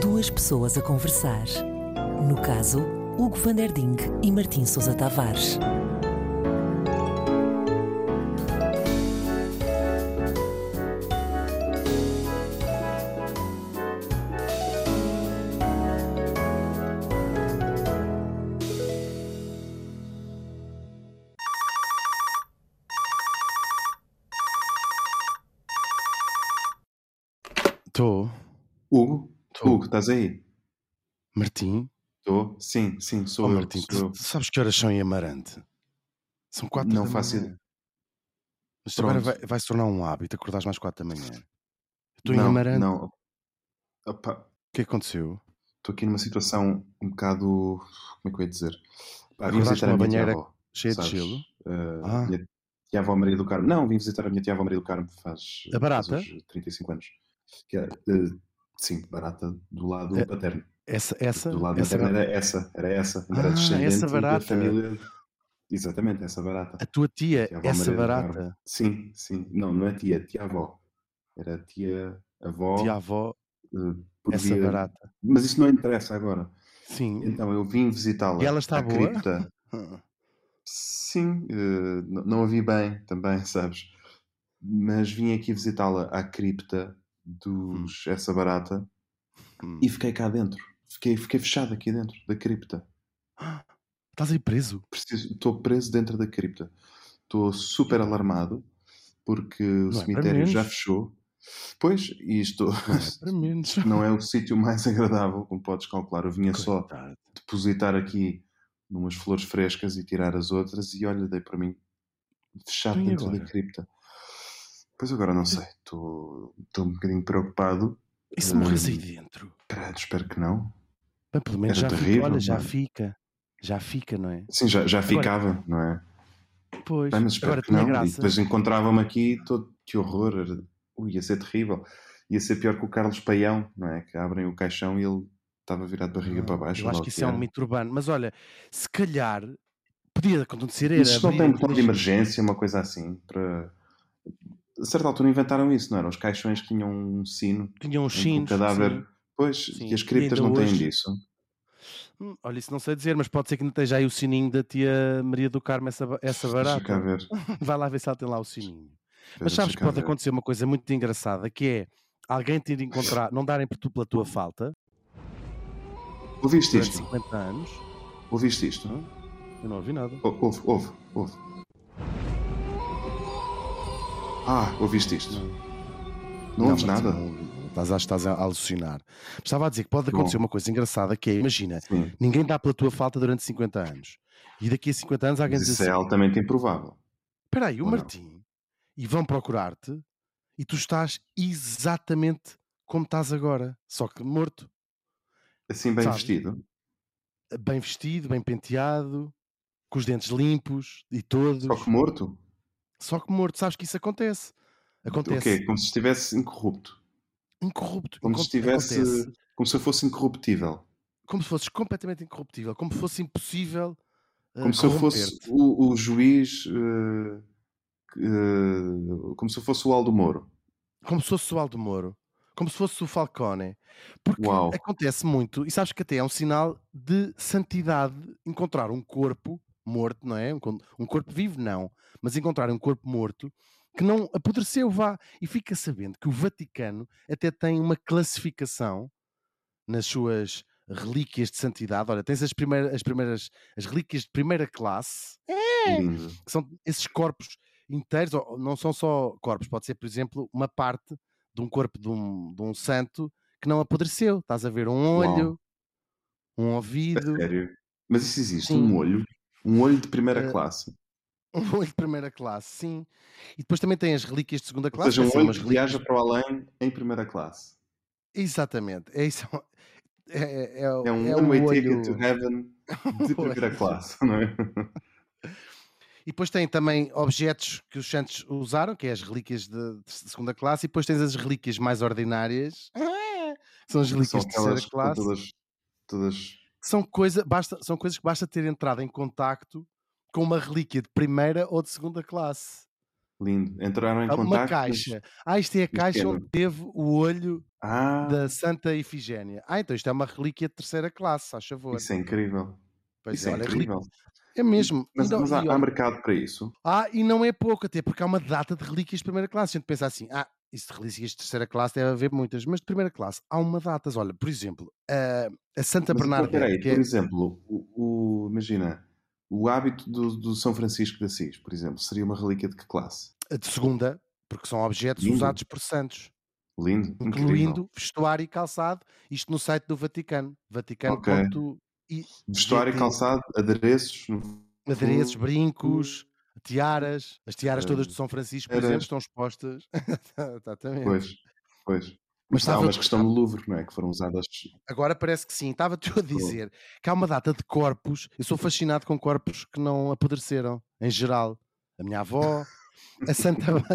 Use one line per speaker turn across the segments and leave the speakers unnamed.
duas pessoas a conversar. No caso, Hugo van der Ding e Martim Sousa Tavares.
Estou.
Hugo?
Tô.
Hugo, estás aí?
Martim?
Estou? Sim, sim, sou
Oh,
eu.
Martim,
sou
tu,
eu.
tu sabes que horas são em Amarante? São quatro
Não
da
faço
manhã.
ideia.
Mas tu agora
Pronto.
vai, vai se tornar um hábito acordares mais quatro da manhã. Estou em
não,
Amarante.
Não. Opa,
O que é que aconteceu?
estou aqui numa situação um bocado. Como é que eu ia dizer? Pá, vim
Acordaste
visitar a
numa
minha
banheira
tia-avó,
Cheia
sabes?
de gelo?
Eh,
Ah.
Minha tia-avó Maria do Carmo. Não, vim visitar a minha tia-avó Maria do Carmo faz.
A barata?
faz hoje 35 anos. Que é, eh, sim, barata do lado
É,
paterno.
Essa, essa,
Do lado
essa
paterno
barata-
era essa. Era essa. Era
Ah,
descendente
essa
da
barata.
família. Exatamente, essa barata.
a tua tia,
Tia avó
essa
Maria do Carmo.
barata,
Sim, sim. Não, não é tia, é tia-avó. Era tia-avó
tia avó,
eh, por
essa
via-
barata.
Mas isso não interessa agora.
Sim. Hum.
Então, eu vim visitá-la.
E ela está
à
boa?
cripta. Sim, eh, n- não a vi bem também, sabes? Mas vim aqui visitá-la à cripta dos Essa Barata
Hum.
e fiquei cá dentro. Fiquei, fiquei fechado aqui dentro da cripta.
Estás aí preso?
Preciso- Estou preso dentro da cripta. Estou super alarmado porque o
Não é para
cemitério já
menos.
fechou. Pois, e estou.
Para menos.
não é o sítio mais agradável, como podes calcular. Eu vinha É só
Coitado.
depositar aqui umas flores frescas e tirar as outras e olha, dei para mim fechado
Então, e
dentro da
agora?
cripta. Pois agora não sei, estou estou um bocadinho preocupado.
E se morres aí
Hum.
dentro?
Espera, espero que não.
Bem, pelo menos
Era
já fica.
terrível,
Olha, já
mano.
fica. Já fica, não é?
Sim, já, já
Agora-
ficava, não é?
Pois.
Bem, mas espero
Agora
que não.
tinha
E
graça.
depois encontrava-me aqui, todo que horror, era- ui, ia ser terrível. Ia ser pior que o Carlos Paião, não é? Que abrem o caixão e ele estava virado de barriga
Não,
para baixo.
Eu
ou lá
acho
o
que isso é um
era.
mito urbano. Mas olha, se calhar podia acontecer era.
Mas isto não
né? abrir
tem um
aqueles-
plano de emergência, uma coisa assim, para. A certa altura inventaram isso, não era? Os caixões que tinham um sino
Tinham os
em que o
chinos.
um cadáver.
sim.
Pois,
Sim,
e as
e
criptas
ainda
não têm
hoje-
disso.
Hum, Olha, isso não sei dizer, mas pode ser que não esteja aí o sininho da tia Maria do Carmo, essa, ba- essa
Deixa cá
barata.
ver.
Vai lá ver se ela tem lá o sininho.
Espera,
Ah, Mas sabes
deixa
que
cá
pode
ver.
acontecer uma coisa muito engraçada que é alguém te ir encontrar, não darem por tu pela tua falta
Ouviste
durante
isto?
50 anos.
Ouviste isto?
Hã? Eu não ouvi nada.
O- Ouve, ouve, ouve. Ah, ouviste isto? Não, ouves
Martim,
nada?
não ouvi nada. Estás, a- estás a alucinar. Mas Estava a dizer que pode
Bom.
acontecer uma coisa engraçada que é, imagina,
Sim,
ninguém dá pela tua falta durante 50 anos. E daqui a 50 anos alguém
mas
diz
isso
assim:
é altamente improvável.
Espera aí, o
Ou não?
Martim. E vão procurar-te e tu estás exatamente como estás agora, só que morto,
Assim bem
Sabes?
vestido,
bem vestido, bem penteado, com os dentes limpos e todos,
só que morto.
só que morto. Sabes que isso acontece.
O
Acontece.
quê? Como se estivesse incorrupto.
Incorrupto.
Como se
inco-
estivesse-
acontece.
Como se eu fosse incorruptível.
Como se fosses completamente incorruptível, como se fosse impossível. eh,
Como se eu fosse
corromper-te.
o, o juiz. eh, que, eh, como se eu fosse o Aldo Moro.
como se fosse o Aldo Moro, como se fosse o Falcone, porque
Uau.
acontece muito, e sabes que até é um sinal de santidade encontrar um corpo morto, não é? Um, con- um corpo vivo, não, mas encontrar um corpo morto que não apodreceu, vá, e fica sabendo que o Vaticano até tem uma classificação nas suas relíquias de santidade. Olha, tens as primeiras, as primeiras as relíquias de primeira classe, É.
Lindo.
que são esses corpos inteiros, ou- ou não são só corpos, pode ser, por exemplo, uma parte de um corpo de um, de um santo que não apodreceu. Estás a ver um
Uau.
olho, um
A
ouvido,
sério. Mas isso existe,
Sim.
um olho. Um olho de primeira
Eh,
classe.
um olho de primeira classe, sim. E depois também tem as relíquias de segunda
Ou
classe,
seja,
que é assim,
um
são
olho
umas
que
relíquias.
viaja para o além em primeira classe.
Exatamente, é isso. É, é, é, o-
É um
é
one-way
o
ticket to
olho. Um
heaven de primeira
Pois.
classe, não é?
E depois tem também objetos que os santos usaram, que é as relíquias de, de segunda classe, e depois tens as relíquias mais ordinárias, que são as
São
relíquias de terceira
aquelas que estão
classe.
todas. todas
são, coisa, basta, são coisas que basta ter entrado em contacto com uma relíquia de primeira ou de segunda classe.
lindo. Entraram em
Há Uma
contacto. mas
caixa. Ah, isto é a
mas
caixa
pequena.
onde teve o olho
Ah,
da Santa Ifigénia. Ah, então isto é uma relíquia de terceira classe, faz favor.
isso é incrível.
Pois
Isso é
olha,
incrível.
relíquia- é mesmo.
Mas,
Então,
mas há,
e
há
olha-
mercado para isso.
Ah, e não é pouco, até porque há uma data de relíquias de primeira classe. A gente pensa assim, ah, isso de relíquias de terceira classe deve haver muitas, mas de primeira classe há uma datas. Olha, por exemplo, a, a Santa
Mas, então,
Bernarda.
peraí,
que
por
é-
exemplo, o, o- imagina, o hábito do, do São Francisco de Assis, por exemplo, seria uma relíquia de que classe?
a de segunda, porque são objetos
Lindo.
usados por santos,
Lindo, incrível.
incluindo vestuário e calçado, isto no site do Vaticano, vaticano.i,
Vestuário,
GT,
calçado, adereços,
adereços,
Hum.
brincos, tiaras, as tiaras todas
Eh,
de São Francisco, por
era-
exemplo, estão expostas. Tá, Exatamente.
pois, pois.
É. Mas
Mas há
estava-
umas que estão no Louvre, não é? Que foram usadas.
Agora parece que sim, estava-te a dizer que há uma data de corpos, eu sou fascinado com corpos que não apodreceram, em geral. A minha avó, a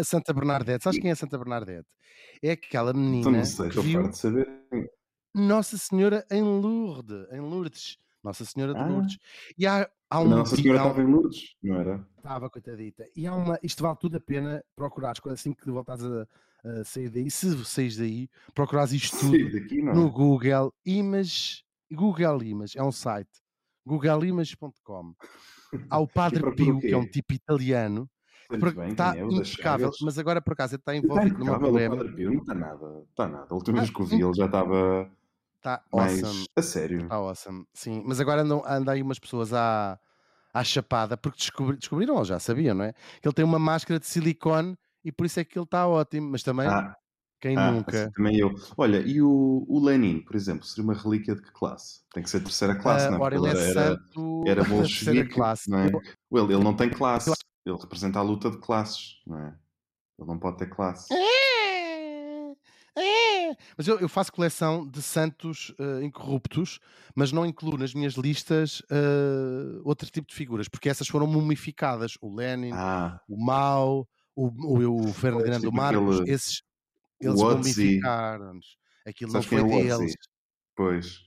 Santa, a Santa Bernadette, sabes quem é a Santa Bernadette? É aquela
Então
menina
não sei,
que
estou
viu
farto de saber.
Nossa Senhora em Lourdes, em Lourdes. Nossa Senhora de
Ah.
Lourdes. E há, há um
Nossa Senhora
há um-
estava em Lourdes, não era?
estava, coitadita. E há uma, isto vale tudo a pena procurares, quando- assim que voltares a, a sair daí, se saís daí, procurares isto tudo
Sim, daqui não. é?
no Google Image, Google Image, é um site, googleimage.com. Há o Padre
procura o
Pio, que é um
quê?
tipo italiano,
Muito
por-
bem,
está
quem é? O das
impecável,
Chagas?
mas agora por acaso está
Está
envolvido num
Tá impecável o
problema.
Padre Pio, não está nada, está nada. A última
Ah,
vez que eu vi ele já estava
Está
mais
tá awesome. Tá
a sério.
Está Ah, awesome, sim. Mas agora andam, andam aí umas pessoas à, à chapada, porque descobri- descobriram, ou já sabiam, não é? Que ele tem uma máscara de silicone e por isso é que ele está ótimo. Mas também,
Ah,
quem
ah,
nunca?
assim também eu. Olha, e o, o Lenin, por exemplo, seria uma relíquia de que classe? Tem que ser terceira classe,
Ah,
não é?
ora,
Porque
ele
ele
é
era, era,
santo
era
da terceira
bolchevique,
classe.
não é?
Eu-
Ele, ele não tem classe, ele representa a luta de classes, não é? Ele não pode ter classe.
É. Mas eu, eu faço coleção de santos eh, incorruptos, mas não incluo nas minhas listas eh, outro tipo de figuras, porque essas foram mumificadas. O Lenin,
Ah,
o Mao, o, o, o Ferdinando
tipo
Marcos,
aquele-
esses
o
eles
Otzi.
mumificaram-nos. Aquilo
Sabes
não
quem
foi
é o Otzi?
deles.
pois.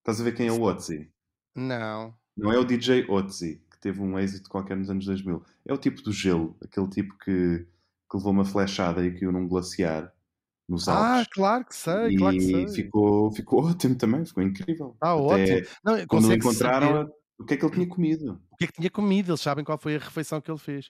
Estás a ver quem é o Otzi?
Não.
Não é o DJ Otzi, que teve um êxito qualquer nos anos 2000. É o tipo do gelo, aquele tipo que, que levou uma flechada e caiu num glaciar nos
Ah,
Alpes.
claro que sei,
e
claro que sei.
Ficou, ficou ótimo também, ficou incrível.
Ah,
Até
ótimo. Não,
Quando o
consegue
encontraram,
saber
o que é que ele tinha comido?
o que é que tinha comido, eles sabem qual foi a refeição que ele fez.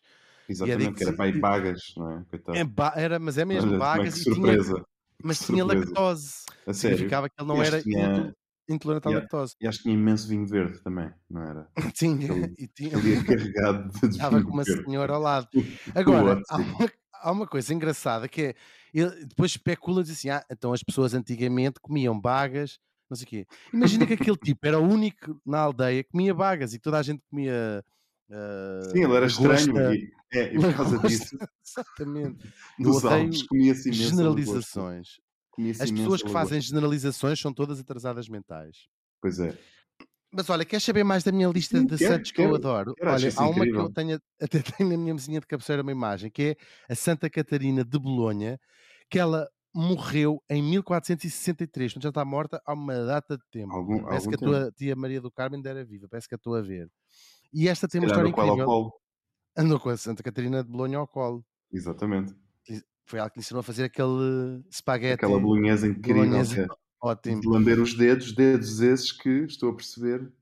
é
Exatamente, que era
digo-te-
para ir vagas, não é? Coitado.
É ba- era, mas é mesmo,
Olha, como é
vagas
que
e tinha,
surpresa.
mas
que
tinha
surpresa.
lactose.
A sério.
Significava que ele não
E acho
era
que tinha-
intol- intolerante à
Yeah.
lactose.
E acho que tinha imenso vinho verde também, não era?
Tinha,
Ele-
e tinha.
Ele ia carregado de vinho
Estava com uma
verde.
senhora ao lado.
O
Agora,
Otzi.
há uma, há uma coisa engraçada que é, ele depois especula-se assim, ah, então as pessoas antigamente comiam bagas, não sei o quê. Imagina que aquele tipo era o único na aldeia que comia bagas e toda a gente comia... ah,
Sim, ele é era estranho.
lagosta.
E, é, e por causa
Lagosta.
disso,
Exatamente. Eu
nos
odeio
Alpes comia-se imenso.
Generalizações.
Comia
As pessoas que fazem generalizações são todas atrasadas mentais.
Pois é.
Mas olha, queres saber mais da minha lista
Sim,
de
quero,
santos que eu
quero,
adoro?
quero, acho
olha,
isso
há uma que eu
incrível.
tenho, até tenho na minha mesinha de cabeceira uma imagem, que é a Santa Catarina de Bolonha, que ela morreu em 1463, portanto já está morta há uma data de tempo.
Algum,
Parece
algum
que a
tempo.
tua tia Maria do Carmen ainda era viva, parece que a estou a ver. E esta tem uma
Era
história
no qual ao
incrível.
colo.
Andou com a Santa Catarina de Bolonha ao colo.
Exatamente.
Foi ela que lhe ensinou a fazer aquele eh, espaguete.
Aquela bolonhesa incrível.
bolonhesa.
que é
Ótimo.
De lamber os dedos, dedos esses que, estou a perceber,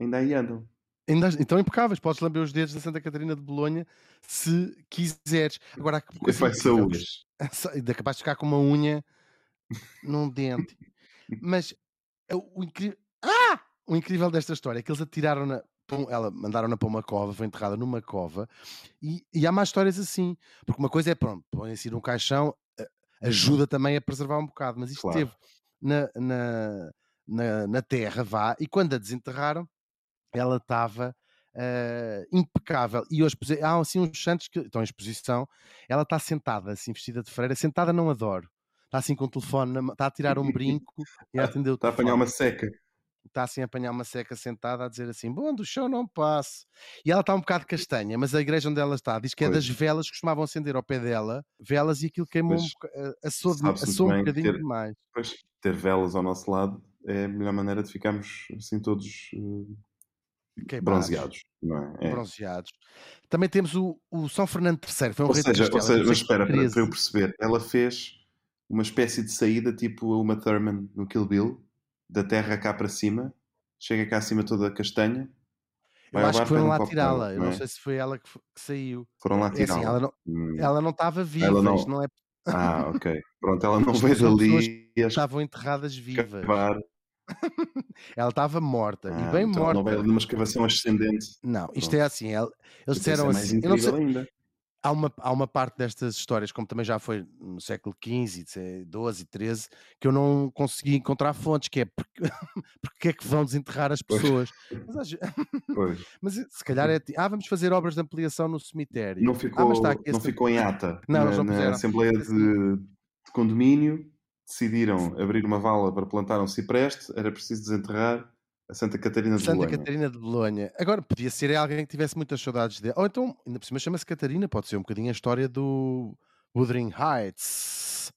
ainda aí andam.
Ainda as- então impecáveis, podes lamber os dedos da Santa Catarina de Bolonha se quiseres. Agora há que
E faz saúde.
Ainda capaz de ficar com uma unha num dente. Mas é o, o incrível. Ah! O incrível desta história é que eles atiraram-na. para um- Ela mandaram-na para uma cova, foi enterrada numa cova, e, e há mais histórias assim, porque uma coisa é pronto, põe-se num caixão, a- ajuda também a preservar um bocado, mas isto
Claro.
teve na, na, na, na terra, vá, e quando a desenterraram, ela estava eh, impecável. E hoje posi- há assim uns santos que estão em exposição, ela está sentada, assim, vestida de freira, sentada não adoro. Está assim com o telefone, na mão, está a tirar um brinco e a atender o
Está a apanhar
telefone.
uma seca.
Está assim a apanhar uma seca sentada a dizer assim: Bom, do chão não passo. E ela está um bocado castanha, mas a igreja onde ela está diz que é
Pois.
das velas que costumavam acender ao pé dela, velas e aquilo queimou um
Mas
bocado, assou, de-
sabe-se muito
assou um
bem que
bocadinho
ter-
demais.
Pois, ter velas ao nosso lado é a melhor maneira de ficarmos assim todos eh,
Queimados.
bronzeados, não é? É.
bronzeados. Também temos o, o São Fernando III, foi um
Ou
rei de
seja, ou
Castela.
seja,
do
mas
século
espera, para, para eu
XIII.
perceber, ela fez uma espécie de saída tipo a uma Thurman no Kill Bill, da terra cá para cima, chega cá acima toda castanha.
Eu
vai ao
acho que
bar,
foram
pede um
lá
copo de
tirá-la.
água,
Eu
não
não
é?
sei se foi ela que, fo- que saiu.
Foram lá
É assim,
tirá-la.
ela não
Hum.
ela não estava viva.
Ela não-
Isto não é
Ah, ok. Pronto, ela não
Isto
veio
são pessoas
dali e acho
estavam enterradas
que
vivas.
acabar.
Ela estava morta
Ah,
e bem
então
morta.
ela não veio
Não,
ali numa escavação ascendente.
isto
Pronto.
é assim. ela-
Então,
eles
isso é
disseram
mais
assim. eu não
incrível
sei-
ainda.
há, uma, há uma parte destas histórias, como também já foi no século XV, XII, XIII, que eu não consegui encontrar fontes, que é porque, porque é que vão desenterrar as
Pois.
pessoas. Mas, às ve-
Pois.
mas se calhar é. ti- Ah, vamos fazer obras de ampliação no cemitério.
Não
ah,
ficou,
mas está aqui
não
esse-
ficou em ata.
Não,
na,
eles não
na
puseram.
Assembleia de, de Condomínio decidiram abrir uma vala para plantar um cipreste, era preciso desenterrar a Santa Catarina de
Santa
Bolonha.
Catarina de Bolonha. Agora, podia ser alguém que tivesse muitas saudades dela. Ou então, ainda por cima, chama-se Catarina. Pode ser um bocadinho a história do Wuthering Heights.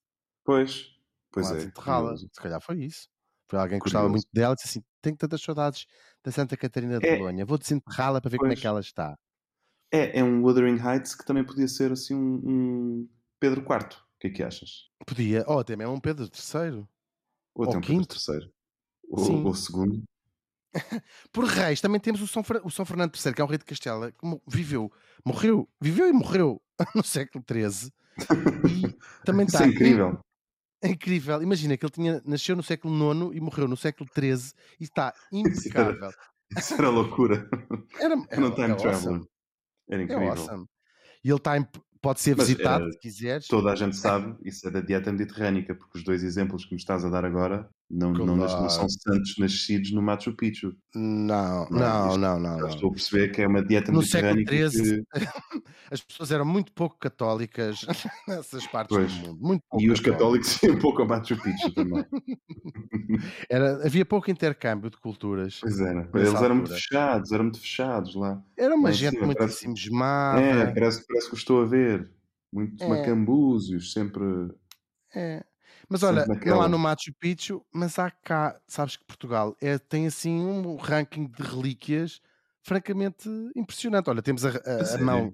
Pois, pois
lá
é.
desenterrá-la.
curioso.
Se calhar foi isso. Foi alguém que gostava
Curioso.
muito dela e disse assim: tenho tantas saudades da Santa Catarina de
É.
Bolonha, vou desenterrá-la para ver como é
Pois.
que ela está.
É, é um Wuthering Heights que também podia ser assim um, um Pedro IV. O que é que achas?
Podia, ou até mesmo um Pedro III.
Ou
Ou
até um Pedro
quinto.
III.
Sim.
Ou, ou segundo.
Por reis, também temos o São, Fer- o São Fernando III, que é um rei de Castela, que mo- viveu, morreu, viveu e morreu no século XIII. E também tá está
Isso é incrível.
É incrível. Imagina que ele tinha, nasceu no século IX e morreu no século XIII e está
Isso era-
impecável.
Isso era loucura.
Era,
Era um
é-
time
é awesome,
travel. Era
É
incrível.
awesome. E ele está em- pode ser
Mas eh, era-
visitado se quiseres.
Toda a gente sabe, isso é da dieta mediterrânica, porque os dois exemplos que me estás a dar agora não, não, nas- não são
Claro.
santos nascidos no Machu Picchu.
Não,
Não, é?
não,
isto-
não, não.
Já
não.
estou a perceber que é uma dieta
No século
mediterrânica.
XIII,
que-
As pessoas eram muito pouco católicas nessas partes
Pois.
do mundo. Muito pouco
E os
católicas.
católicos iam pouco ao Machu Picchu também.
Era, havia pouco intercâmbio de culturas.
Pois era. Eles eram muito
altura.
fechados, eram muito fechados lá.
Era uma
Lá em
gente
cima, parece-
muitíssimo esmada.
É, parece, parece que os estou a ver. Muito
É.
macambúzios, sempre.
É. Mas
Sempre
olha, não há
naquela.
no Machu Picchu, mas há cá, sabes que Portugal é, tem assim um ranking de relíquias francamente impressionante. Olha, temos a, a- a
sério?
mão,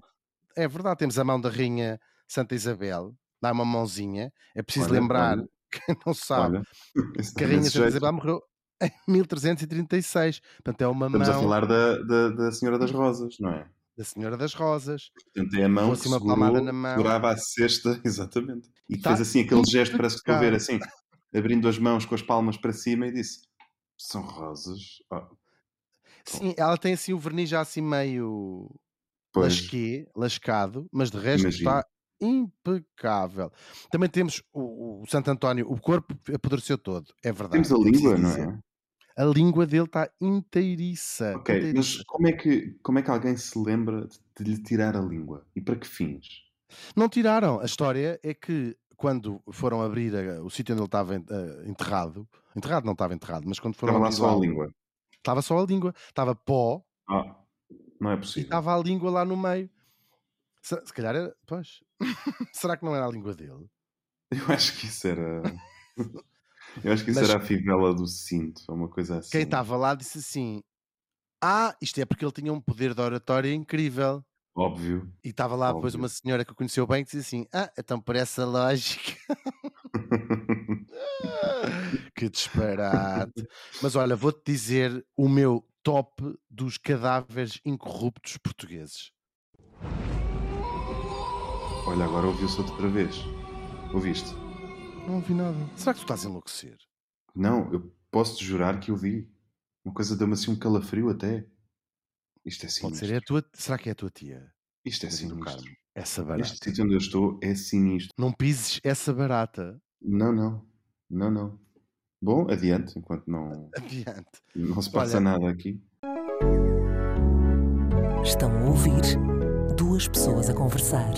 é verdade, temos a mão da Rainha Santa Isabel, dá uma mãozinha. É preciso
Olha,
lembrar,
olha.
quem não sabe,
Olha, esse-
que a "Ah, Rainha
desse
Santa
jeito.
Isabel morreu em 1336. Portanto, é uma
Estamos a
mão
falar da, da, da Senhora das Rosas, não é?
da Senhora das Rosas.
Portanto, é a mão
Fosse
que
uma
segurou,
palmada na mão.
segurava a cesta, exatamente. E que
Tá
fez assim aquele
tudo
gesto, parece que estou a ver
impecável.
assim, abrindo as mãos com as palmas para cima e disse: São rosas? Ah,
Sim, ela tem assim o verniz já assim meio
pois,
lasquê, lascado, mas de resto
Imagino.
está impecável. Também temos o, o Santo António, o corpo apodreceu todo, é verdade.
temos a
é preciso
língua, não
dizer.
é?
A língua dele está inteiriça.
Ok,
inteiriça.
mas como é, que, como é que alguém se lembra de, de lhe tirar a língua? E para que fins?
Não tiraram. A história é que quando foram abrir a- o sítio onde ele estava en- eh, enterrado, enterrado não estava enterrado, mas quando foram
Estava lá
abrir
só a
lá,
língua.
estava só a língua, estava pó
Ah, não é
e
possível.
estava a língua lá no meio. Se, se calhar era, pois, será que não era a língua dele?
Eu acho que isso era. Eu acho que isso
Mas-
era a fivela do cinto, ou uma coisa assim.
quem estava lá disse assim: Ah, isto é porque ele tinha um poder de oratória incrível.
Óbvio.
E estava lá depois
Óbvio.
uma senhora que o conheceu bem que disse assim: Ah, então por essa lógica. que disparate. Mas olha, vou-te dizer o meu top dos cadáveres incorruptos portugueses.
Olha, agora ouviu-se outra vez. Ouviste?
Não ouvi nada. Será que tu estás a enlouquecer?
Não, eu posso jurar que eu vi. Uma coisa deu-me assim um calafrio até. Isto é
Pode
sinistro.
ser. É a tua... Será que é a tua tia?
Isto é
Maria do
sinistro.
Carmo? Essa
Este
barata.
sítio onde eu estou é sinistro.
Não pises essa barata.
Não, não. Não, não. Bom, adiante, enquanto não,
Adiante.
não se passa
Olha.
nada aqui.
Estão a ouvir duas pessoas a conversar.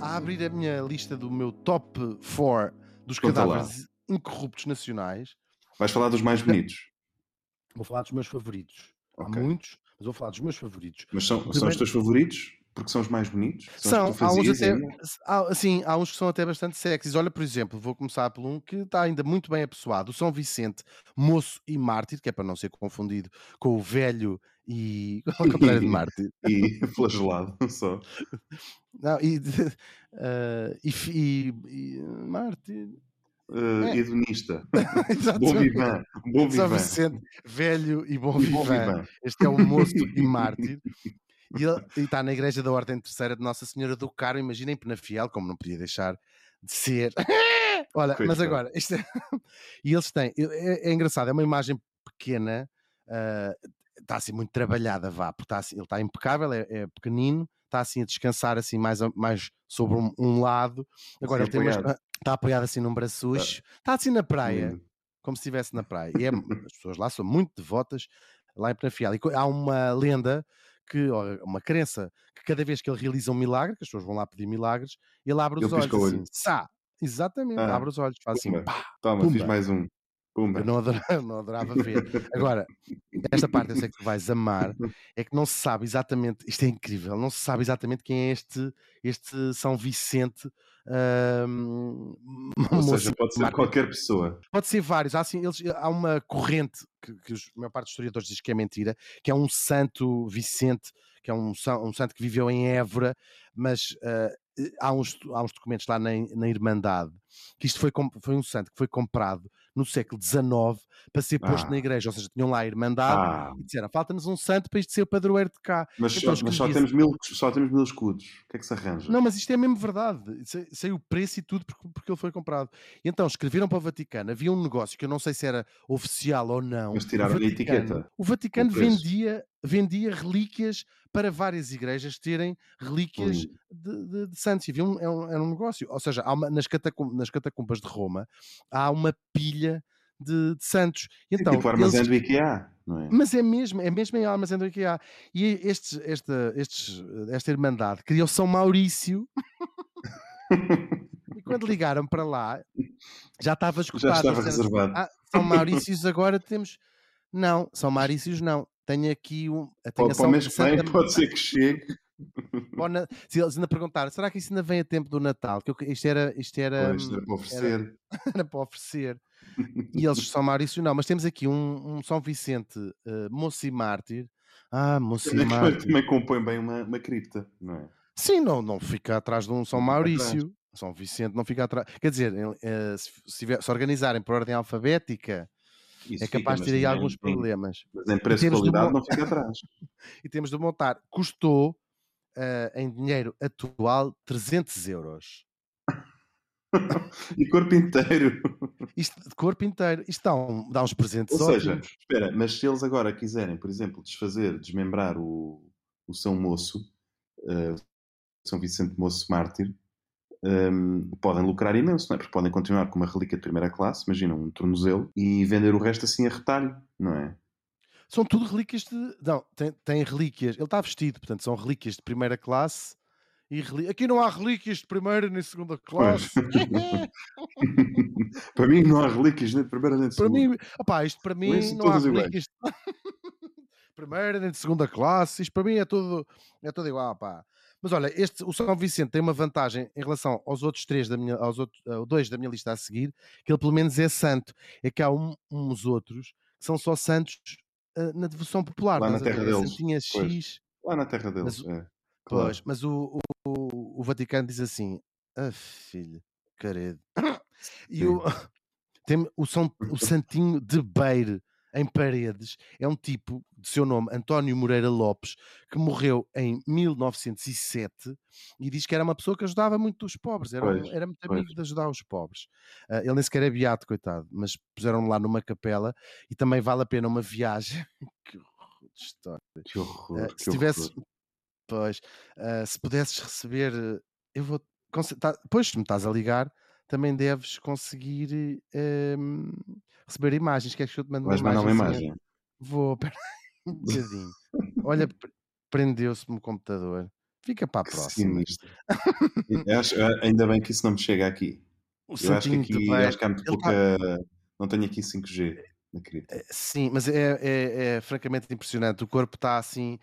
a abrir a minha lista do meu top 4 dos
Conta lá.
cadáveres incorruptos nacionais.
Vais falar dos mais bonitos.
Vou falar dos meus favoritos.
Ok.
Há muitos, mas vou falar dos meus favoritos.
Mas são, são os
Primeiro-
teus favoritos? Porque são os mais bonitos?
São,
os que tu
há uns
fazias
até.
ainda?
Há, assim, há uns que são até bastante sexys. Olha, por exemplo, vou começar por um que está ainda muito bem apessoado: o São Vicente, moço e mártir, que é para não ser confundido com o velho e ao contrário de Marte.
E flagelado
É.
só.
Não, e, eh, e, fi- e, e Marte.
Uh,
É.
Hedonista.
Exato.
Bom vivan. Bom
São
vivan.
Vicente, velho e bom
E Bom
vivan.
vivan.
Este é o moço e mártir. E ele e está na igreja da Ordem Terceira de Nossa Senhora do Caro, imaginem Penafiel, como não podia deixar de ser. Olha, mas
Coitado.
agora, isto é... e eles têm, é, é engraçado, é uma imagem pequena, ah, está assim muito trabalhada, vá, porque está assim- ele está impecável, é, é pequenino, está assim a descansar assim mais, a- mais sobre um, um lado. Agora ele tem umas-
apoiado.
está apoiado assim num braçucho, está assim na praia
Tá. Lindo.
como se estivesse na praia. E é- as pessoas lá são muito devotas, lá em Penafiel. E co- há uma lenda, que, ou uma crença, que cada vez que ele realiza um milagre, que as pessoas vão lá pedir milagres, ele abre os
Ele
olhos
pisca o olho.
assim, sá! Exatamente,
Ah,
abre os olhos, faz assim,
pumba.
pá!
Toma,
Pumba.
fiz mais um. Pumba.
Eu não adorava, não adorava ver. Agora, esta parte eu sei que tu vais amar, é que não se sabe exatamente, isto é incrível, não se sabe exatamente quem é este, este São Vicente. ahm,
Ou
moço
seja, pode ser
Marco.
qualquer pessoa.
Pode ser vários. Há, assim, eles- há uma corrente que, que os- a maior parte dos historiadores diz que é mentira, que é um santo Vicente, que é um, san- um santo que viveu em Évora, mas ah, eh, há, uns, há uns documentos lá na, I- na Irmandade que isto foi, com- foi um santo que foi comprado no século XIX para ser posto
Ah.
na igreja. Ou seja, tinham lá a Irmandade
Ah,
e disseram: falta-nos um santo para isto ser o padroeiro de cá.
mas
Então,
só,
os que
mas só
dizem-
temos mil, só temos mil escudos. O que é que se arranja?
Não, mas isto é mesmo verdade. Sa- Saiu o preço e tudo porque, porque ele foi comprado. E então escreveram para o Vaticano. Havia um negócio que eu não sei se era oficial ou não.
Mas
O
tiraram-lhe a
Vaticano-
etiqueta.
O Vaticano
preço.
vendia, vendia relíquias para várias igrejas terem relíquias
Lindo.
de, de- de santos. E havia um, é um, era um negócio. Ou seja, há uma- nas, catacum- nas catacumbas de Roma há uma pilha de, de santos. E então,
tipo o
eles-
armazém do IKEA, não é?
mas é mesmo, é mesmo em Almazém do IKEA. E estes, esta, estes, esta Irmandade criou São Maurício. e quando ligaram para lá, já estava escutado.
Já estava
eles disseram,
reservado.
"Ah, São Maurícios agora temos... Não, São Maurícios não. Tenho aqui um...
Ou
Tenho
para
São-
o mês que
Santa-
vem, pode ser que chegue.
ou na- Se eles ainda perguntaram, será que isso ainda vem a tempo do Natal? Que eu- isto era... Isto era,
Pois,
hum,
não é para oferecer.
era para oferecer. E eles, São Maurício, não, mas temos aqui um, um São Vicente eh, moço e mártir. Ah, moço e
Também-
mártir.
Também compõe bem uma, uma cripta, não é?
Sim, não, não fica atrás de um São
Não fica atrás.
Maurício. São Vicente não fica atrás. Quer dizer, em- eh, se, f- se tiver- se organizarem por ordem alfabética,
Isso
é capaz
fica,
de ter aí
mas
alguns
em- em-
problemas.
Mas em preço e
termos de
qualidade
mo-
não fica atrás.
E temos de montar. Custou, eh, em dinheiro atual, 300 euros.
E corpo inteiro.
Isto de corpo inteiro. Isto dá, um- dá uns presentes
Hum. Ou seja,
ótimos.
espera, mas se eles agora quiserem, por exemplo, desfazer, desmembrar o, o São Moço, eh, São Vicente Moço Mártir, ehm, podem lucrar imenso, não é? Porque podem continuar com uma relíquia de primeira classe, imagina um tornozelo, e vender o resto assim a retalho, não é?
São tudo relíquias de. Não, tem, tem relíquias. Ele está vestido, portanto, são relíquias de primeira classe. E reli- Aqui não há relíquias de primeira nem segunda classe.
Para mim não há relíquias nem de primeira nem de
Para
segunda.
mim, opá, isto para mim
são
não há
todas iguais.
relíquias. Primeira nem de segunda classe, isto para mim é tudo, é tudo igual, pá. Mas olha, este, o São Vicente tem uma vantagem em relação aos outros três da minha, aos outros, ah, dois da minha lista a seguir, que ele pelo menos é santo. É que há um- uns outros que são só santos ah, na devoção popular.
Lá na
estás a ver?
terra
É
deles,
Santinha
pois.
X.
Lá na terra deles,
Mas o-
é. Claro.
Pois, mas o, o, o Vaticano diz assim: ah, filho, caredo. E o, tem o, São, o Santinho de Beire, em Paredes, é um tipo de seu nome, António Moreira Lopes, que morreu em 1907 e diz que era uma pessoa que ajudava muito os pobres, era, um-
Pois,
era muito
pois.
amigo de ajudar os pobres. Ah, ele nem sequer é beato, coitado, mas puseram lá numa capela e também vale a pena uma viagem. que horror de história.
Que horror.
Eh,
que
se tivesse
horror.
pois eh, se pudesses receber eh, eu vou conse- tá- pois se me estás a ligar também deves conseguir eh, em, receber imagens queres que eu te mande
Vais
uma
mandar
imagem,
uma
assim?
imagem.
vou pera aí um bocadinho olha pre- prendeu-se-me o computador fica para a
Que
é próxima
sinistro. Eu acho- eh, ainda bem que isso não me chega aqui.
o
Eu acho que
santinho de
aqui
Beira-
acho que há muito
Ele tá
pouca. Não tenho aqui 5G na cripta.
sim mas é, é- é francamente impressionante o corpo está assim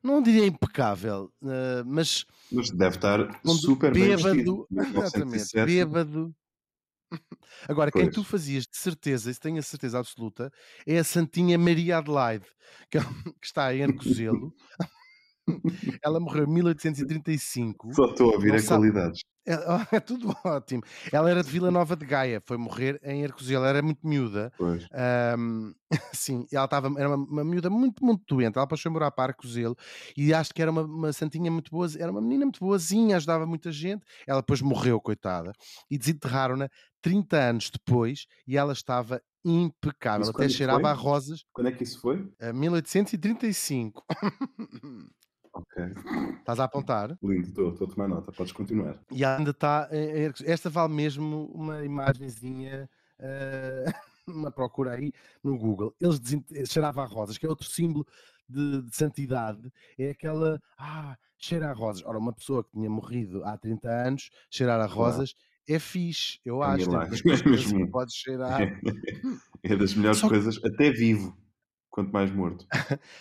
não diria impecável eh, mas
Mas deve estar
quando
super bem
bêbado,
vestido.
exatamente,
1907,
bêbado, Agora, quem
Pois.
tu fazias de certeza, isso tenho a certeza absoluta, é a Santinha Maria Adelaide, que, é um- que está em Arcozelo. Ela morreu em 1835.
Só estou a ouvir
Não
a
sabe.
qualidades.
É, é tudo ótimo. Ela era de Vila Nova de Gaia, foi morrer em Arcozelo, era muito miúda.
Pois.
Ahm, sim, ela estava, era uma, uma miúda muito, muito doente. Ela passou a morar para Arcozelo e acho que era uma, uma santinha muito boa, era uma menina muito boazinha, ajudava muita gente. Ela depois morreu, coitada, e desenterraram-na 30 anos depois e ela estava impecável,
Isso
até
quando é que
cheirava
foi?
a rosas.
Quando é que isso foi?
a 1835.
Ok.
Estás a apontar?
Lindo, estou, estou a tomar nota. Podes continuar.
E ela ainda está. em- em Arcos- Esta vale mesmo uma imagenzinha. eh, uma procura aí no Google. Eles dizem cheirava a rosas, que é outro símbolo de, de santidade. É aquela. Ah, cheira a rosas. Ora, uma pessoa que tinha morrido há 30 anos, cheirar a rosas é fixe, eu
É um
acho. tem
milagre,
muitas
é
coisas que
mesmo.
Pode cheirar.
É das melhores
Ah. Só que- É
coisas, até vivo, quanto mais morto.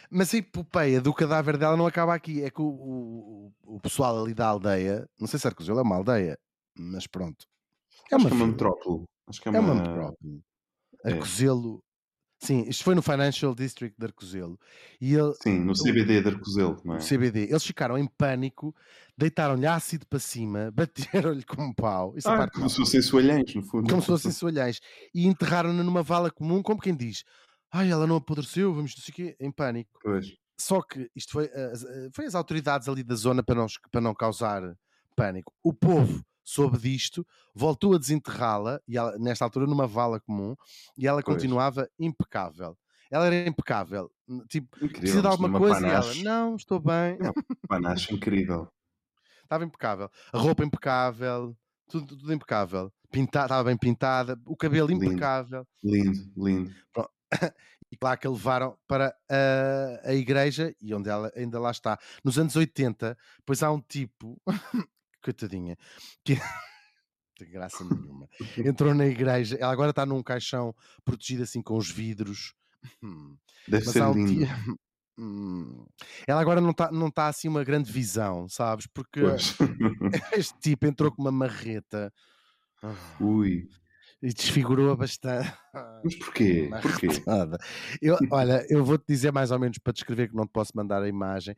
Mas a epopeia do cadáver dela não acaba aqui. É que o, o- o- o pessoal ali da aldeia, não sei se Arcozelo é uma aldeia, mas pronto. É
Acho
uma,
que é uma
vila.
metrópole. Acho que é
É uma
uma. É.
metrópole. Arcozelo. Sim, isto foi no Financial District de Arcozelo. E ele,
Sim, no CBD de Arcozelo, não é?
o CBD, eles ficaram em pânico, deitaram-lhe ácido para cima, bateram-lhe com um pau. Isso é
Ah,
parte
como
má.
se fossem soalhões, no fundo.
Como se fossem soalhães. E enterraram-na numa vala comum, como quem diz: Ai, ela não apodreceu, vamos não sei o quê, em pânico.
Pois.
Só que isto foi, eh, as- eh, foi as autoridades ali da zona para não, es- para não causar pânico. O povo soube disto, voltou a desenterrá-la, e ela, nesta altura numa vala comum, e ela
Pois.
continuava impecável. Ela era impecável. hum, Tipo,
Incrível.
precisa de
isto é
alguma
uma
coisa
panache,
e ela, não, estou bem.
Panache incrível.
Estava impecável. A roupa impecável, tudo, tudo impecável. Pinta- Estava bem pintada, o cabelo
Lindo.
impecável.
Lindo, lindo.
e claro que a levaram para a, a igreja e onde ela ainda lá está. Nos anos 80, pois há um tipo, coitadinha, que tem graça nenhuma, entrou na igreja, ela agora está num caixão protegido assim com os vidros. Hum,
Deve
Mas
ser
há um
é lindo.
dia- Hum, ela agora não está não tá assim uma grande visão, sabes? Porque
Pois.
este tipo entrou com uma marreta ah,
Ui.
e desfigurou-a bastante.
Mas porquê?
Mas-
Porquê?
Nada. Eu, olha, eu vou-te dizer mais ou menos para descrever que não te posso mandar a imagem.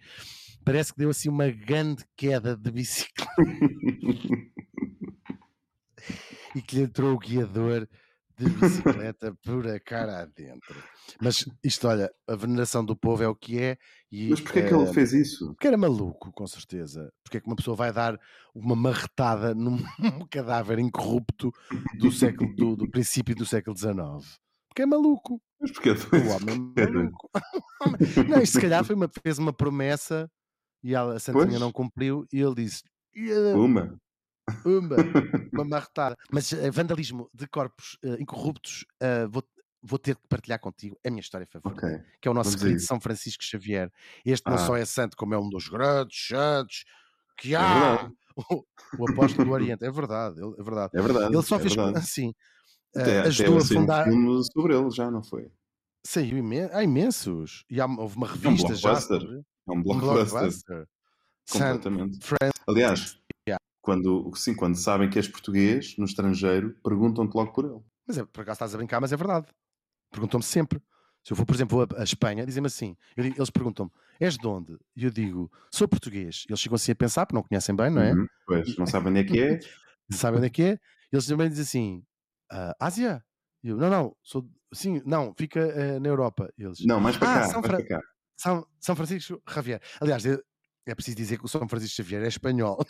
Parece que deu assim uma grande queda de bicicleta e que lhe entrou o guiador de bicicleta por a cara adentro. Mas isto, olha, a veneração do povo é o que é. E,
Mas porquê é que ele
eh,
fez isso?
Porque era maluco, com certeza. Porque é que uma pessoa vai dar uma marretada num cadáver incorrupto do, século, do, do princípio do século XIX? Porque é maluco.
Mas porquê ele
O
fez
homem
Quer dizer-
maluco. O homem- Não, isto se calhar foi uma, fez uma promessa e ela, a Santinha
Pois.
não cumpriu e ele disse: "Ia,
Uma?
Uma, uma marretada. Mas eh, vandalismo de corpos eh, incorruptos, eh, vou, vou ter que partilhar contigo a minha história favorita,
Ok.
que é o nosso
vamos a
querido
isso.
São Francisco Xavier. Este não
Ah.
só é santo, como é um dos grandes santos que
É
há.
verdade.
O, o apóstolo do Oriente. É verdade, ele- é verdade.
É verdade.
Ele só
é
fez
verdade.
assim. eh,
Até, até
ajudou a
saiu um
fundar.
filme sobre ele, já, não foi? É
Saiu imen- há imensos. E há, houve uma revista já.
um blockbuster.
sobre-
É um
Um
blockbuster.
San-
Completamente. Aliás,
Yeah.
quando, sim, quando sabem que és português, no estrangeiro, perguntam-te logo por ele.
Mas é, por acaso estás a brincar, mas é verdade. Perguntam-me sempre. Se eu vou, por exemplo, vou a, a Espanha, dizem-me assim. eu digo- eles perguntam-me, és de onde? E eu digo, sou português. Eles ficam assim a pensar, porque não conhecem bem, não é?
Uhum. Pois, não sabem onde é que é.
Sabem onde é que é? Eles também dizem assim, "Ah, Ásia? E eu, não, não, sou... de- Sim, não, fica eh, na Europa. E Eles,
Não, mais para
Ah,
cá.
São
mais
Fran-
para cá.
São, São Francisco Xavier. Aliás, eu- é preciso dizer que o São Francisco Xavier é espanhol.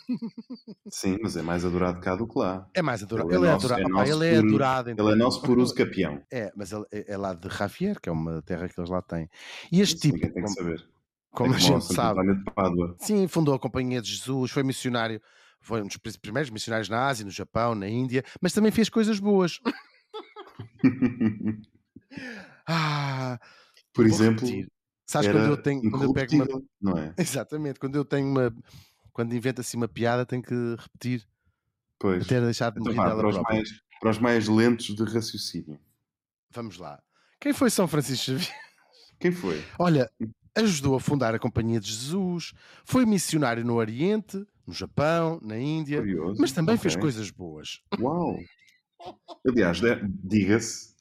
Sim, mas é mais adorado cá do que lá.
É mais adorado.
Ele é
Ele é
nosso- é
adorado. Opá,
nosso
Ele é
puro-
adorado. em
Ele é
todo-
nosso por uso capião.
É, mas ele é, é lá de Javier, que é uma terra que eles lá têm. E este
Isso
tipo,
ninguém tem que
como,
saber.
como
é
a
como o
gente
Santo
sabe,
António de Pádua.
sim, fundou a Companhia de Jesus, foi missionário, foi um dos pris- primeiros missionários na Ásia, no Japão, na Índia, mas também fez coisas boas. Ah,
por
vou
exemplo,
repetir. Sabes
era
quando eu tenho, quando eu pego uma,
incorruptível, não é?
exatamente, quando eu tenho uma, quando invento assim uma piada, tenho que repetir
Pois.
até deixar de me
Então,
rir
vá,
dela
para, os
própria.
mais, para os mais lentos de raciocínio.
Vamos lá. Quem foi São Francisco Xavier?
Quem foi?
Olha, ajudou a fundar a Companhia de Jesus, foi missionário no Oriente, no Japão, na Índia,
Curioso.
mas é, também fez
Ok.
coisas boas.
Uau! Aliás, de- diga-se,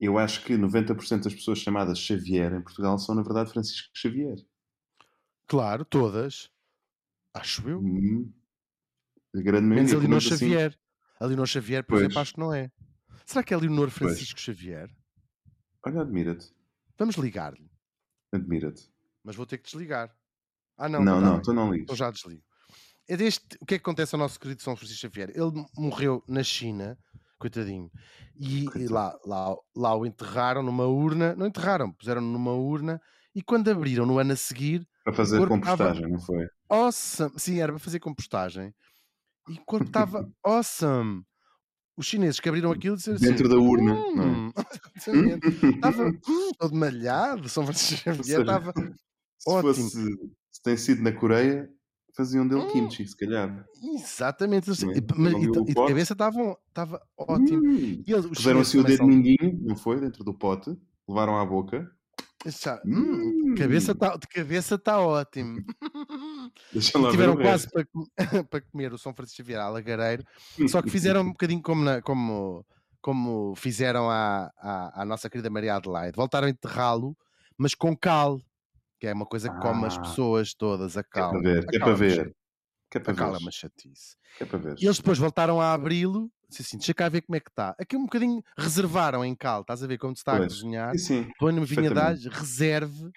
eu acho que 90% das pessoas chamadas Xavier em Portugal são, na verdade, Francisco Xavier.
Claro, todas. Acho eu.
Hum. A grande
Menos
maioria.
a
pelo
Leonor
menos assim.
Xavier. A Leonor Xavier, por
Pois.
exemplo, acho que não é. Será que é Leonor Francisco Xavier?
Olha, admira-te.
Vamos ligar-lhe.
Admira-te.
Mas vou ter que desligar. Ah, não.
Não, não,
tá bem.
então não ligas.
Então já desligo. É deste- o que é que acontece ao nosso querido São Francisco Xavier? Ele morreu na China, coitadinho, e, e
Coitado.
lá, lá, lá o enterraram numa urna, não enterraram, puseram numa urna, e quando abriram no ano a seguir,
Para fazer
Cortava-
compostagem, não foi?
awesome, sim, era para fazer compostagem, e o corpo estava awesome. Os chineses que abriram aquilo disseram assim,
Dentro da urna, não é?
"Hum", exatamente. Estava hum, todo malhado, São Francisco Xavier
seja,
estava
Se,
Ótimo. Hum.
fosse, se tem sido na Coreia, faziam dele kimchi, se calhar.
Exatamente. assim,
Não é?
E, mas-
Não
e-
viu o
e de
pote?
cabeça estava ótimo.
Hum.
E eles, os
Puseram
chineses
assim o
também
dedo
são-
mindinho, não foi? Dentro do pote, levaram à boca.
já- hum,
Hum.
de cabeça tá- de cabeça está ótimo.
Deixa
E
lá ver
tiveram
o
quase
resto.
para, com- para comer o São Francisco Xavier à lagareiro,
Hum.
só que fizeram um bocadinho como, na- como, como fizeram à, à, à nossa querida Maria Adelaide. Voltaram a enterrá-lo, mas com cal, que é uma coisa que come as
Ah.
pessoas todas, a
É
cal.
para
A
ver, é
cal
para
uma
ver.
chatice,
Que é
A cal
para
é
ver.
uma chatice.
Que é para ver.
E eles depois voltaram a abri-lo, disse assim, deixa cá ver como é que está. Aqui um bocadinho reservaram em cal, estás a ver como se está a
Pois.
cozinhar.
Sim, sim.
Põe-me vinha de
perfeitamente.
alho, reserve.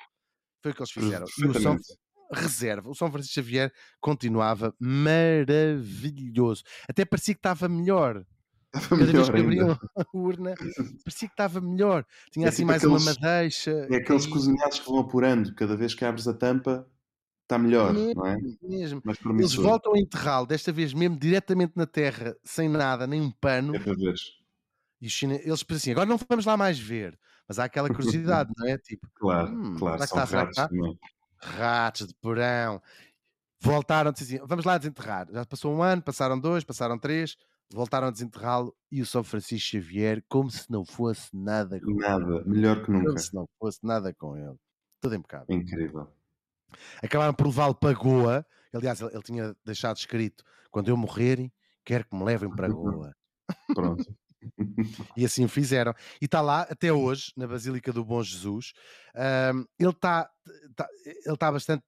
Foi o que eles fizeram. E o São,
Perfeitamente.
reserva. O São Francisco Xavier continuava maravilhoso. Até parecia que estava melhor.
Estava
Cada vez
melhor
que
ainda.
abriam a urna, parecia que estava melhor. Tinha
É
assim
tipo
mais uma
aqueles-
madeixa.
É aqueles
caída,
cozinhados que vão apurando. Cada vez que abres a tampa, está melhor, não é?
mesmo. Hum.
Mais
Eles
promissor.
voltam a enterrá-lo, desta vez mesmo diretamente na terra, sem nada, nem um pano.
É para ver.
E os chine... eles pensam assim, agora não vamos lá mais ver. Mas há aquela curiosidade, não é? Tipo,
Claro,
Hum,
claro.
será que
São
está, será que
ratos
está?
também.
ratos de porão. Voltaram, disse assim, vamos lá desenterrar. Já passou um ano, passaram dois, passaram três, voltaram a desenterrá-lo e o São Francisco Xavier, como se não fosse nada com ele.
Nada. Melhor que nunca.
Como se não fosse nada com ele. Tudo impecável.
É incrível.
Acabaram por levá-lo para Goa. Aliás, ele, ele tinha deixado escrito: quando eu morrer, quero que me levem para Goa.
Pronto.
E assim o fizeram. E está lá
Hum.
até hoje, na Basílica do Bom Jesus. Ahm, ele está tá, ele tá bastante.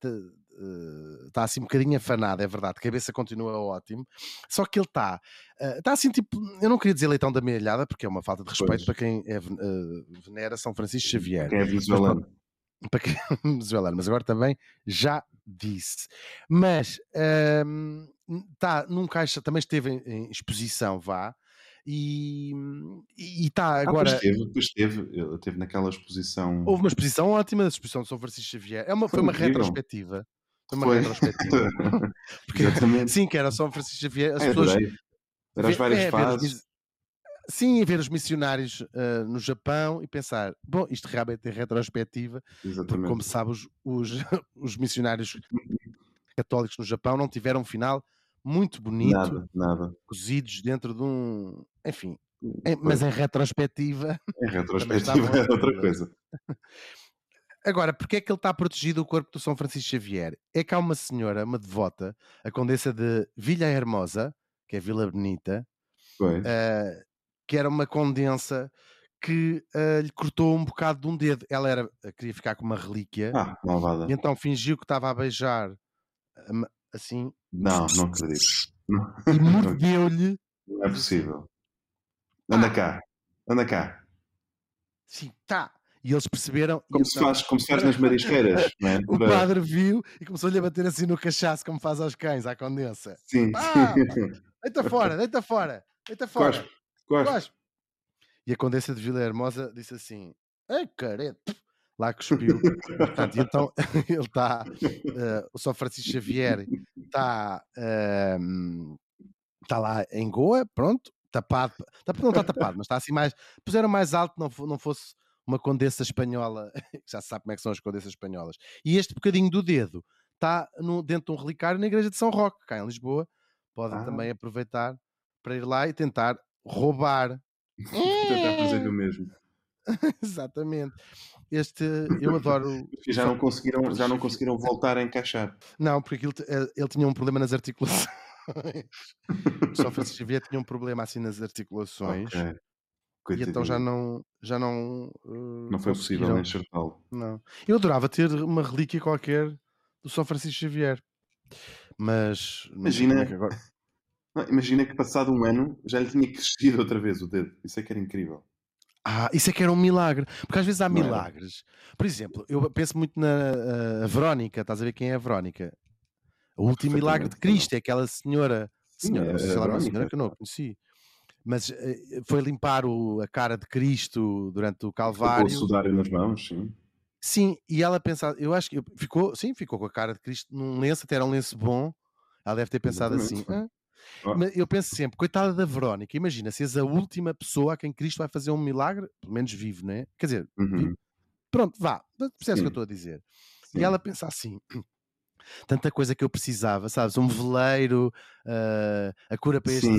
Está assim um bocadinho afanado, é verdade. Cabeça continua ótimo. Só que ele está. Está assim tipo. Eu não queria dizer leitão da meia porque é uma falta de respeito
Pois.
para quem é ven- eh, venera São Francisco Xavier
Quem é venezuelano?
para quem é venezuelano, mas agora também já disse. Mas hum, tá num caixa, também esteve em, em exposição, vá, e está
Ah,
agora.
pois teve, pois teve. Ele teve naquela exposição.
houve uma exposição ótima da exposição de São Francisco Xavier. É uma, foi
Foi
uma
incrível.
retrospectiva. Foi uma
Foi.
retrospectiva. Porque-
Exatamente.
Sim, que era São Francisco Xavier. As
Ai,
pessoas
É, adorei. Era as
Ver-
várias
é, ver os
fases.
mis- Sim, e ver os missionários ah, no Japão e pensar, bom, isto realmente é retrospectiva, porque,
Exatamente.
como se sabe, os, os, os missionários católicos no Japão não tiveram um final muito bonito,
Nada, nada.
cozidos dentro de um. Enfim,
Hum,
em- mas em retrospectiva.
Em É retrospectiva
estavam-
era outra coisa.
Agora, porque é que ele está protegido o corpo do São Francisco Xavier? É que há uma senhora, uma devota, a condessa de Vilha Hermosa, que é Vila Benita,
Foi.
ah, que era uma condensa que ah, lhe cortou um bocado de um dedo. Ela era, queria ficar com uma relíquia
Ah, malvada.
e então fingiu que estava a beijar ah, ma- assim
Não, não acredito. Não,
e mordeu-lhe
não é possível.
Ah.
Anda cá. Anda cá.
Sim, tá. E eles perceberam. e
Como se
então
faz, como se faz nas marisqueiras, não é?
O
Para-
padre viu e começou-lhe a bater assim no cachaço, como faz aos cães, à condensa.
Sim.
Pá, Deita fora, deita fora, deita Ah, fora.
Cospe, cospe.
cospe. E a condessa de Vila Hermosa disse assim: Ai, careto. Lá cuspiu. Portanto, e então ele está. eh, o São Francisco Xavier está. ehm, está lá em Goa, pronto, tapado. tá- Não está tapado, mas está assim mais. Puseram mais alto, não, fo- não fosse uma condessa espanhola. Já se sabe como é que são as condessas espanholas. E este bocadinho do dedo está no- dentro de um relicário na igreja de São Roque, cá em Lisboa. Podem
Ah.
também aproveitar para ir lá e tentar roubar.
Tentar fazer o mesmo.
Exatamente. Este, eu adoro.
Porque Já não conseguiram, já não conseguiram voltar a encaixar.
Não, porque ele, te- eh, ele tinha um problema nas articulações. articulações. Só Francisco Xavier tinha um problema assim nas articulações.
Ok.
E
Coitadinho.
então já não. Já não, uh,
Não foi possível
conseguiram.
enxertá-lo.
Não. Eu adorava ter uma relíquia qualquer do São Francisco Xavier. Mas. não sei
Imagina.
como é que agora-
Não, Ah, imagina que passado um ano já lhe tinha crescido outra vez o dedo. Isso é que era incrível.
Ah, isso é que era um milagre. Porque às vezes há
Não era.
milagres. Por exemplo, eu penso muito na ah, Verónica. Estás a ver quem é a Verónica? O último milagre de
Perfeitamente,
Cristo é aquela senhora.
Sim,
Senhora,
é
sei
a
lá, uma
Verónica,
senhora que eu não a
claro.
conheci. Mas eh, foi limpar o- a cara de Cristo durante o
Ficou o
Calvário.
sudário nas mãos, sim.
Sim, e ela pensava, eu acho que eu- ficou, sim, ficou com a cara de Cristo num lenço, até era um lenço bom. Ela deve ter pensado
Exatamente,
assim.
sim.
"Ah".
Ah.
Mas eu penso sempre, coitada da Verónica, imagina, se és a última pessoa a quem Cristo vai fazer um milagre, pelo menos vivo, né? Quer dizer,
Uhum,
pronto, vá, mas percebes o que eu
Sim.
estou a dizer.
sim.
E ela pensa assim: tanta coisa que eu precisava, sabes? Um veleiro, ah, a cura para este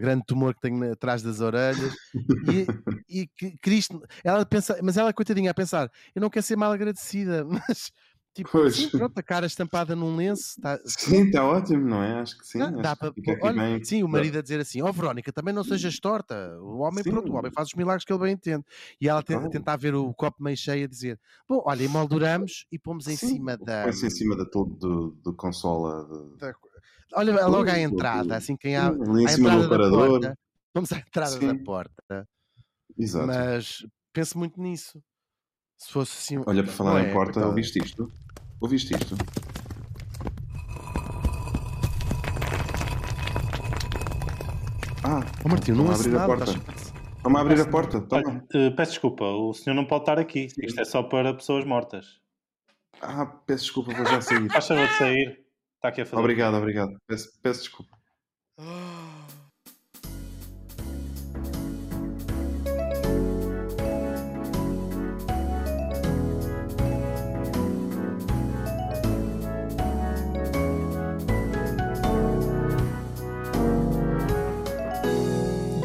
grande tumor que tenho na- atrás das orelhas. E, e que Cristo, ela pensa, mas ela, coitadinha, a pensar: eu não quero ser mal agradecida, mas tipo,
Pois.
sim, pronto, a cara estampada num lenço, tá-
Sim, está ótimo, não é? Acho que sim.
dá-
acho
dá
que
para-
fica aqui
olha,
bem.
sim, o marido a dizer assim: ó Verónica, também não sejas torta. O homem, pronto, o
Sim.
homem faz os milagres que ele bem entende. E ela te-
Claro.
tentar ver o copo meio cheio a dizer: bom, olha, emolduramos e pomos em
Sim,
cima da.
Põe-se em cima da todo do, do consola. de-
Da- Olha, é logo à
Pois,
entrada,
ok.
assim quem há
Sim, ali em
à
cima do
entrada da
aparador.
porta. Vamos à entrada da
Sim. Tá,
porta.
Exato.
Mas penso muito nisso. Se fosse assim. um-
Olha, por falar
não
em
é,
porta,
coitada.
ouviste isto? Ouviste isto? Ah,
Oh, Martinho, não
Vão
ouço
abrir a
nada.
porta.
estás-
vamos abrir a porta. Toma.
Olha, eh, peço desculpa, o senhor não pode estar aqui. Isto é só para pessoas mortas.
Ah, peço desculpa, vou já sair.
Faz favor de sair. Está aqui a fazer.
Obrigado, obrigado. Peço, peço desculpa.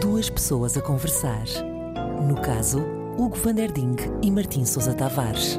Duas pessoas a conversar. No caso, Hugo Van der Ding e Martim Sousa Tavares.